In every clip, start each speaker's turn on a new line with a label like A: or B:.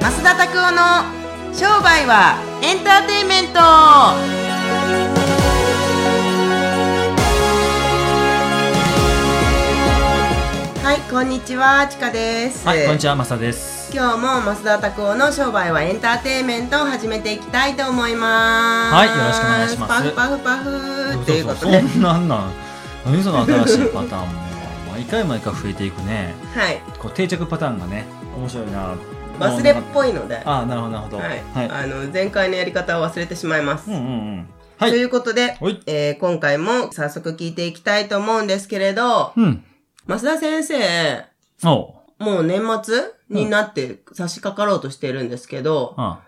A: 拓夫の商売はエンターテインメントはいこんにちはちかです
B: はい、こんにちは、まさです。
A: 今日も増田拓夫の商売はエンターテインメントを始めていきたいと思います
B: はいよろしくお願いします
A: パフパフパフっていうこと
B: そう
A: で
B: そんなんなん。何その新しいパターンも。毎回毎回増えていくね。
A: はい
B: こう定着パターンがね、面白いな。
A: 忘れっぽいのでは
B: ああ、なるほど、なるほ
A: い、
B: ど。はい。
A: あの前回のやり方を忘れてしまいます、
B: うんうんうん。は
A: とい
B: い。
A: うことで
B: ほい、
A: えー今回も早速聞いていきたいと思うんですけれど、
B: うん。
A: 増田先生、
B: おう。
A: もう年末になって差し掛かろうとしてるんですけど、
B: あ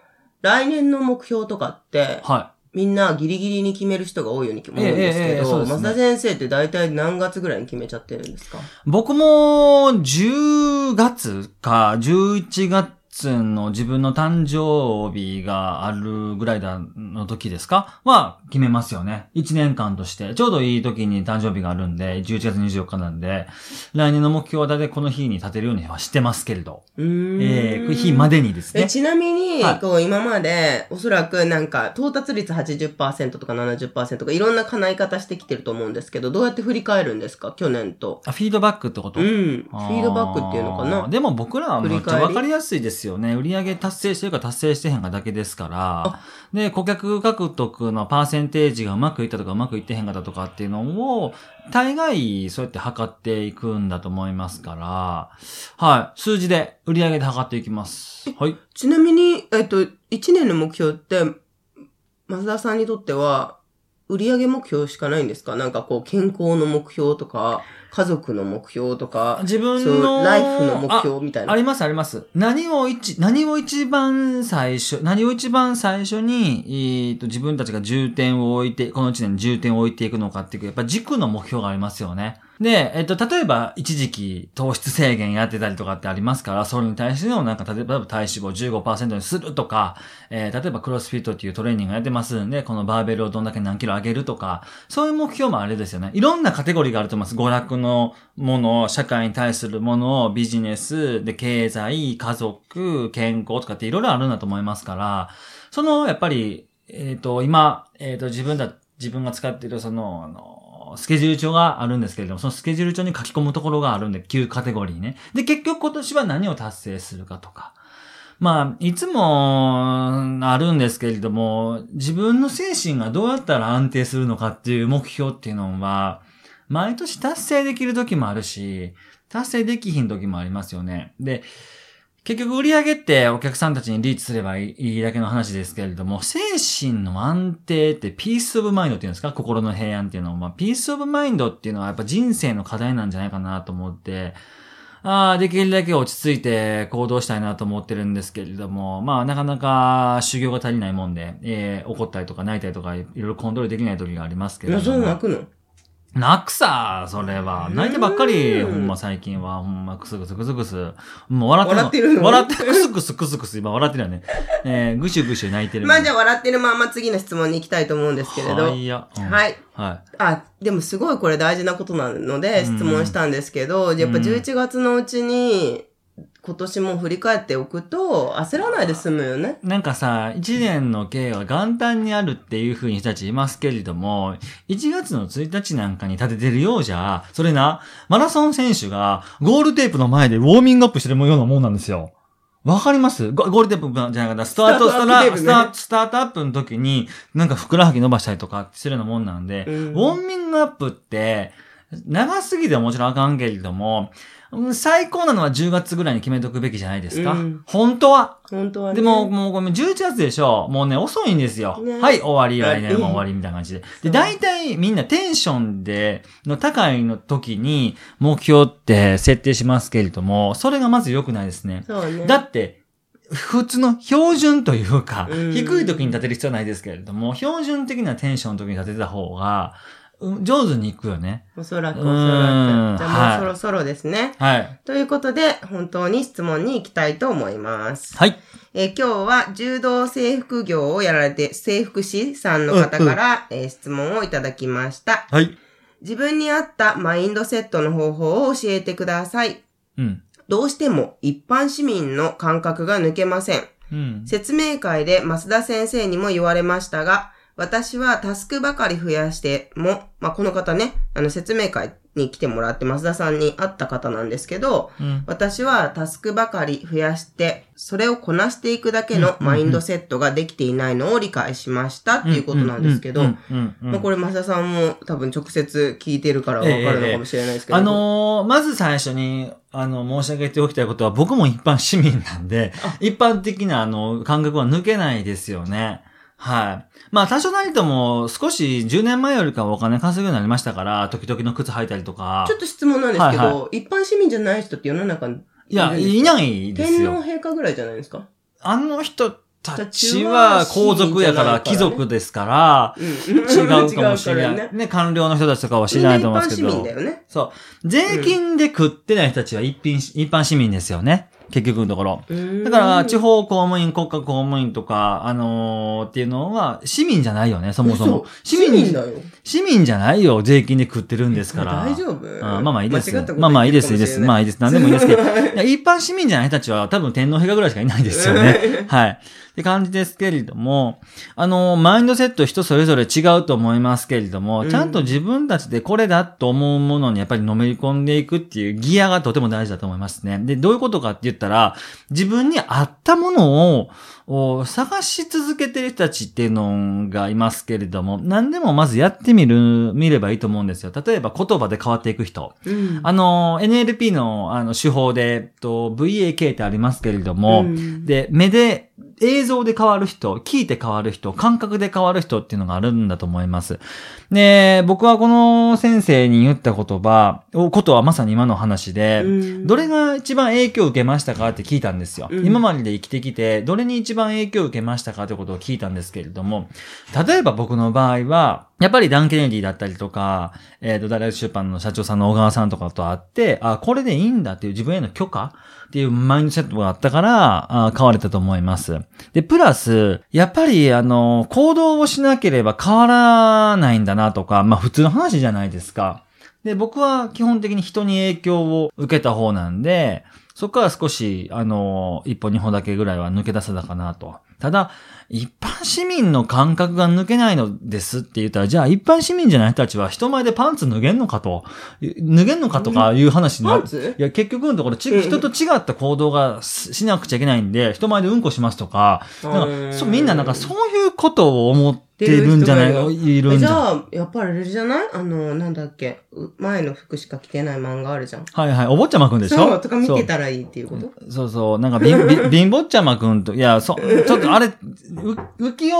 A: 来年の目標とかって、
B: は
A: みんなギリギリに決める人が多いように思うんです
B: えええ
A: け
B: えええそ
A: ど、
B: うです
A: 増
B: ね
A: 田先生って大体何月ぐらいに決めちゃってるんですか
B: い。僕も、10月か、11月。の自分の誕生日があるぐらいだの時ですかは決めますよね。1年間として。ちょうどいい時に誕生日があるんで、11月24日なんで、来年の目標は大体この日に立てるようにはしてますけれど。
A: うーん
B: えー、日までにです
A: え
B: ね。
A: ちなみに、
B: はい
A: こう今まで、おそらくなんか、到達率80%とか70%とか、いろんな叶い方してきてると思うんですけど、どうやって振り返るんですか去年と。
B: あ、フィードバックってこと
A: うん。フ
B: あ
A: ィードバックっていうのかな
B: でも僕らはめっち
A: 振り
B: ゃ
A: 返
B: 分
A: り
B: かりやすいですよね。売上達成してるか達成してへんかだけですから。で、顧客獲得のパーセンテージがうまくいったとかうまくいってへんかったとかっていうのを、大概そうやって測っていくんだと思いますから。はい。数字で売上で測っていきます。はい。
A: ちなみに、えっと、1年の目標って、増田さんにとっては、売上目標しかないんですかなんかこう、健康の目標とか、家族の目標とか、
B: 自分
A: そ
B: の、
A: う、ライフの目
B: あ
A: 標みたい
B: あ
A: な。
B: りますあります。何を一、何を一番最初、何を一番最初に、えっと、自分たちが重点を置いて、この一年に重点を置いていくのかっていう、やっぱ軸の目標がありますよね。で、えっと、例えば、一時期糖質制限やってたりとかってありますから、それに対しての、なんか、例えば体脂肪15%にするとか、えー例えばクロスフィットっていうトレーニングやってますんで、このバーベルをどんだけ何キロ上げるとか、そういう目標もあれですよね。いろんなカテゴリーがあると思います。娯楽のもの、社会に対するもの、ビジネス、で、経済、家族、健康とかっていろいろあるんだと思いますから、その、やっぱり、えっ、と、今、えっ、と、自分だ、自分が使っているその、あの、スケジュール帳があるんですけれども、そのスケジュール帳に書き込むところがあるんで、旧カテゴリーね。で、結局今年は何を達成するかとか。まあ、いつもあるんですけれども、自分の精神がどうやったら安定するのかっていう目標っていうのは、毎年達成できる時もあるし、達成できひん時もありますよね。で、結局売り上げってお客さんたちにリーチすればいいだけの話ですけれども、精神の安定ってピースオブマインドっていうんですか心の平安っていうのは、まあ、ピースオブマインドっていうのはやっぱ人生の課題なんじゃないかなと思って、ああ、できるだけ落ち着いて行動したいなと思ってるんですけれども、まあなかなか修行が足りないもんで、えー怒ったりとか泣いたりとかいろいろコントロールできない時がありますけれども。
A: 謎を泣くの
B: 泣くさ、それは。
A: うん
B: 泣いてばっかり、ほんま最近は、ほんまくすぐすくすくす。もう笑ってるの。
A: 笑ってるの
B: 笑って、くすくすくすくす、今笑ってるよね。えー、ぐしゅぐしゅ泣いてる。
A: まあじゃあ
B: あ、
A: 笑ってるまま次の質問に行きたいと思うんですけれど。
B: はいや、うん
A: はい。
B: は
A: あ、でもすごいこれ大事なことなので
B: うん
A: 質問したんですけど、やっぱ
B: うん
A: 11月のうちに今年も振り返っておくと焦らないで済むよね。
B: い。なんかさ、一年の経営は元旦にあるっていう風に人たちいますけれども、1月の1日なんかに立ててるようじゃ、それな、マラソン選手がゴールテープの前でウォーミングアップしてるようなもんなんですよ。わかりますゴゴールテープじゃなかった、スタート、
A: ス
B: ス
A: タート
B: タ
A: アップテープね
B: スタート、スタートアップの時に、なんかふくらはぎ伸ばしたりとかするようなもんなんで、
A: うん
B: ウォーミングアップって、長すぎてももちろんあかんけれども、うん最高なのは10月ぐらいに決めとくべきじゃないですか。
A: うん
B: 本当は。
A: 本当はね。
B: でも、もうごめん、11月でしょもうね、遅いんですよ。
A: ね
B: はい、終わり、来
A: う
B: 年
A: ん
B: も終わりみたいな感じで。
A: そう
B: で、大体みんなテンションで、の高いの時に目標って設定しますけれども、それがまず良くないですね。
A: そうね。
B: だって、普通の標準というか、
A: うん
B: 低い時に立てる必要はないですけれども、標準的なテンションの時に立てた方が、うん上手にいくよね。
A: おそらくお
B: う
A: そ
B: ん
A: らく。じゃ
B: は
A: あ
B: い
A: もうそろそろですね。
B: はい。
A: ということで、本当に質問に行きたいと思います。
B: はい。
A: えー今日は柔道制服業をやられて、制服師さんの方から、えー質問をいただきました。
B: はい。
A: 自分に合ったマインドセットの方法を教えてください。
B: うん。
A: どうしても一般市民の感覚が抜けません。
B: うん。
A: 説明会で増田先生にも言われましたが、私はタスクばかり増やしても、まあ、この方ね、あの説明会に来てもらって増田さんに会った方なんですけど、
B: うん。
A: 私はタスクばかり増やして、それをこなしていくだけのマインドセットができていないのを理解しましたっていうことなんですけど、
B: うんうんうんうん
A: まあ、これ増田さんも多分直接聞いてるからわかるのかもしれないですけど、
B: あのーまず最初に、あの、申し上げておきたいことは、僕も一般市民なんで、一般的な、あの、感覚は抜けないですよね。はい。まあ、多少なりとも、少し10年前よりかはお金稼ぐようになりましたから、時々の靴履いたりとか
A: ちょ。っと質問なんですけど、
B: はい
A: 一般市民じゃない人って世の中に
B: いや、
A: るんですか
B: いないです
A: 天皇
B: よ。
A: 陛下ぐらいじゃないですか
B: あの人たちは皇族やから、貴族ですから、
A: 違
B: 違うかもしれ
A: な
B: ないい。ね官僚の人たちとかは知らないと思うんですけど。
A: みんな一般市民だよね。
B: そう。税金で食ってない人たちは一品、一般市民ですよね。結局のところ。
A: うーん
B: だから、地方公務員、国家公務員とか、あのーっていうのは、市民じゃないよね、そもそも
A: 嘘。
B: 市
A: 市民
B: 民、
A: だよ。
B: 市民じゃないよ、税金で食ってるんですから。
A: 大丈夫
B: あまあまあいいです
A: 間違った。こと
B: まあまあいいです、いい
A: 言っ
B: で
A: てるかもしれ
B: す。ま
A: な
B: あいいです。何でもいいです けど。いや一般市民じゃない人たちは多分天皇陛下ぐらいしかいないです よね。はい。って感じですけれども、あの、マインドセット人それぞれ違うと思いますけれども、
A: うん
B: ちゃんと自分たちでこれだと思うものにやっぱりのめり込んでいくっていうギアがとても大事だと思いますね。で、どういうことかって言ったら、自分に合ったものをお探し続けてる人たちっていうのがいますけれども、何でもまずやってみる、見ればいいと思うんですよ。例えば言葉で変わっていく人。
A: うん
B: あの、NLP のあの手法で、えっと、VAK ってありますけれど
A: う
B: も、
A: ん
B: で、目で、映像で変わる人、聞いて変わる人、感覚で変わる人っていうのがあるんだと思います。で、僕はこの先生に言った言葉、おことはまさに今の話で、
A: うん
B: どれが一番影響を受けましたかって聞いたんですよ。
A: うん
B: 今までで生きてきて、どれに一番影響を受けましたかってことを聞いたんですけれども、例えば僕の場合は、やっぱりダン・ケネディだったりとか、えっ、と、ダイレクト出版の社長さんの小川さんとかと会って、あ、これでいいんだっていう自分への許可っていうマインドセットがあったから、あ変われたと思います。で、プラス、やっぱり、あの、行動をしなければ変わらないんだなとか、まあ普通の話じゃないですか。で、僕は基本的に人に影響を受けた方なんで、そこから少し、あの、一歩二歩だけぐらいは抜け出せたかなと。ただ、一般市民の感覚が抜けないのですって言ったら、じゃあ一般市民じゃない人たちは人前でパンツ脱げんのかと、脱げんのかとかいう話にな
A: パ
B: る
A: ン。ツ
B: いや、結局のところ、ち
A: うん
B: 人と違った行動がししなくちゃいけないんで、人前でうんこしますとか、なん
A: う
B: か
A: ん
B: そうみんななんかそういうことを思ってるんじゃないのいるんじ
A: じ
B: ゃない
A: ゃあ、やっぱりあれじゃないあの、なんだっけ、う前の服しか着てない漫画あるじゃん。
B: はいはい、お坊ちゃまくんでしょ
A: そう、とか見てたらいいっていうこと
B: そうそうそう、なんかびん、びん、貧乏ちゃまくんと、いや、そ、ちょっとあれ、う浮世、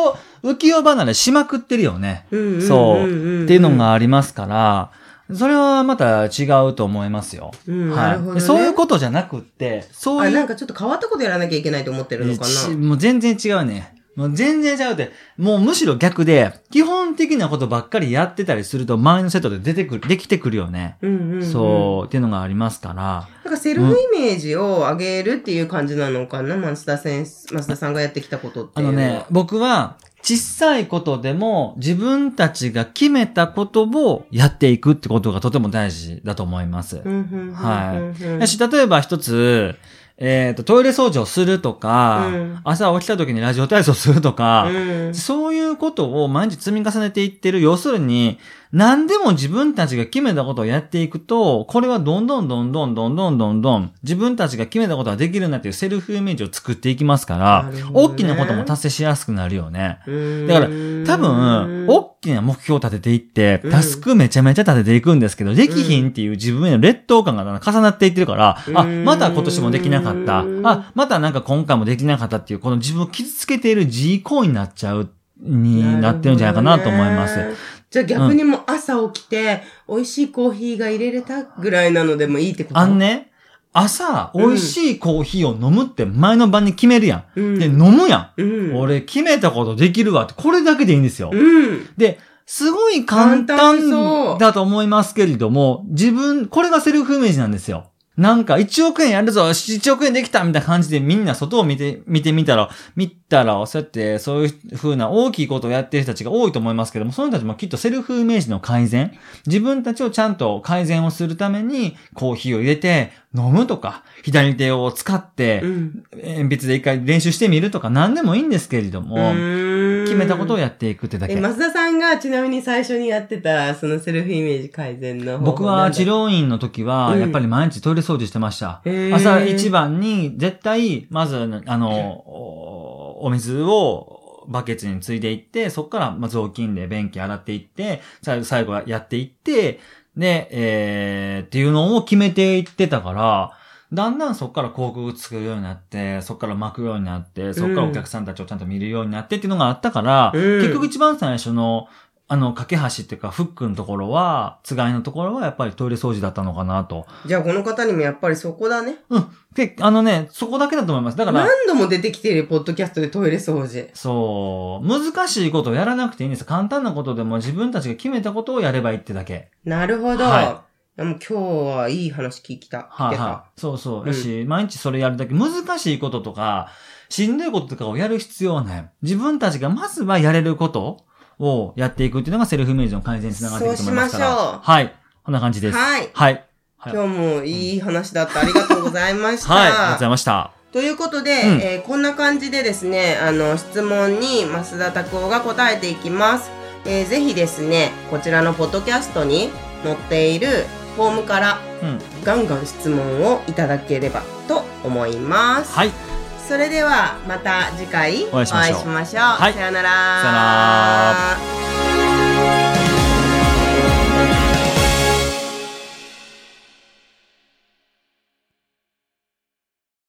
B: 浮世離れしまくってるよね。
A: うんん
B: そ
A: んん
B: う。っていうのがありますから、それはまた違うと思いますよ。
A: うんなるほど
B: は
A: ね
B: い。そういうことじゃなくって、そう
A: あ、
B: いう
A: なんかちょっと変わったことやらなきゃいけないと思ってるのか
B: ち
A: な。
B: もう全然違うね。もう全然違うって。もうむしろ逆で、基本的なことばっかりやってたりすると、前のセットで出てくる、できてくるよね。
A: うんうんうん
B: そう、っていうのがありますから。
A: なんかセルフイメージを上げるっていう感じなのかな、松田先生、松田さんがやってきたことって
B: あ
A: いう
B: の
A: は
B: ね、、僕は、小さいことでも自分たちが決めたことをやっていくってことがとても大事だと思います。
A: うんうんうん
B: はい
A: うんうん
B: だし、例えば一つ、えっ、と、トイレ掃除をするとか、
A: うん
B: 朝起きた時にラジオ体操するとか、
A: うん
B: そういうことを毎日積み重ねていってる。要するに、何でも自分たちが決めたことをやっていくと、これはどんどんどんどんどんどんどんどん、自分たちが決めたことができるなっていうセルフイメージを作っていきますか
A: な
B: ら、
A: るほどね
B: 大きなことも達成しやすくなるよね。
A: うん
B: だから多分、大きな目標を立てていって
A: う、ん
B: タスクめちゃめちゃ立てていくんですけど、できひんっていう自分への劣等感が重なっていってるから、あ、
A: うん
B: また今年もできなかった
A: う。ん
B: あ、またなんか今回もできなかったっていう、この自分を傷つけている自行為になっちゃう、になってるんじゃないかなと思い
A: なる
B: ま
A: ほ
B: す。
A: どね。じゃあ逆にもう朝起きて、美味しいコーヒーが入れれたぐらいなのでもいいってこと
B: あんね、朝、美味しいコーヒーを飲むって前の晩に決めるや。
A: うんん。
B: で、飲むや
A: うん。
B: ん。俺決めたことできるわって、これだけでいいんですよ。
A: うん。
B: で、すごい
A: 簡
B: 簡
A: 単そ
B: 単
A: う
B: だと思いますけれども、自分、これがセルフイメージなんですよ。なんか1億円やるぞ !1 億円できたみたいな感じでみんな外を見て、見てみたら、見たら、そうやって、そういう風な大きいことをやってる人たちが多いと思いますけども、その人たちもきっとセルフイメージの改善、自分たちをちゃんと改善をするために、コーヒーを入れて飲むとか、左手を使って、
A: うん。
B: 鉛筆で一回練習してみるとか何でもいいんですけれども、決
A: 決
B: めたことを
A: や
B: やっていくってだ
A: え、
B: け。
A: 増田さんがちなみに最初にやってた、そのセルフイメージ改善の方法
B: 僕は治
A: 療、
B: 療院の時は、
A: うん
B: やっぱり毎日トイレ掃除してました。
A: へー
B: 朝一番に、絶対、まず、あの、おお水をバケツについでいって、そこからまあ雑巾で便器洗っていって、最後最後はやっていって、で、えー、っていうのを決めていってたから、だんだんそこから広告作るようになって、そこから巻くようになって、そこからお客さんたちをちゃんと見るようになってっていうのがあったから、
A: うん
B: 結局一番最初の、あの、架け橋っていうか、フックのところは、つがいのところはやっぱりトイレ掃除だったのかなと。
A: じゃあこの方にもやっぱりそこだね。
B: で、あのね、そこだけだと思います。だから、
A: 何度も出てきているポッドキャストでトイレ掃除。
B: そう、難しいことをやらなくていいんです。簡単なことでも自分たちが決めたことをやればいいってだけ。
A: なるほど。、
B: はい
A: やもう今日はいい話聞きた。
B: はい、
A: 聞けた
B: はい。そうそう。だし、毎日それやるだけ、難しいこととか、しんどいこととかをやる必要はない。自分たちがまずはやれることをやっていくっていうのがセルフイメージの改善につながっていくと思いますから。
A: そうしましょう
B: はい。こんな感じです。
A: はい
B: はい。はい
A: 今日もいい話だった。ありがとうございました。
B: はい。ありがとうございました。
A: ということで、
B: うん
A: えーこんな感じでですね、あの、質問に増田拓夫が答えていきます。えーぜひですね、こちらのポッドキャストに載っているフォームから
B: うん。
A: ガンガン質問をいただければと思います。
B: はい。
A: それではまた次回
B: お会いし
A: お
B: ましょう
A: 会いしましょう。
B: はい
A: さよなら。
B: さよなら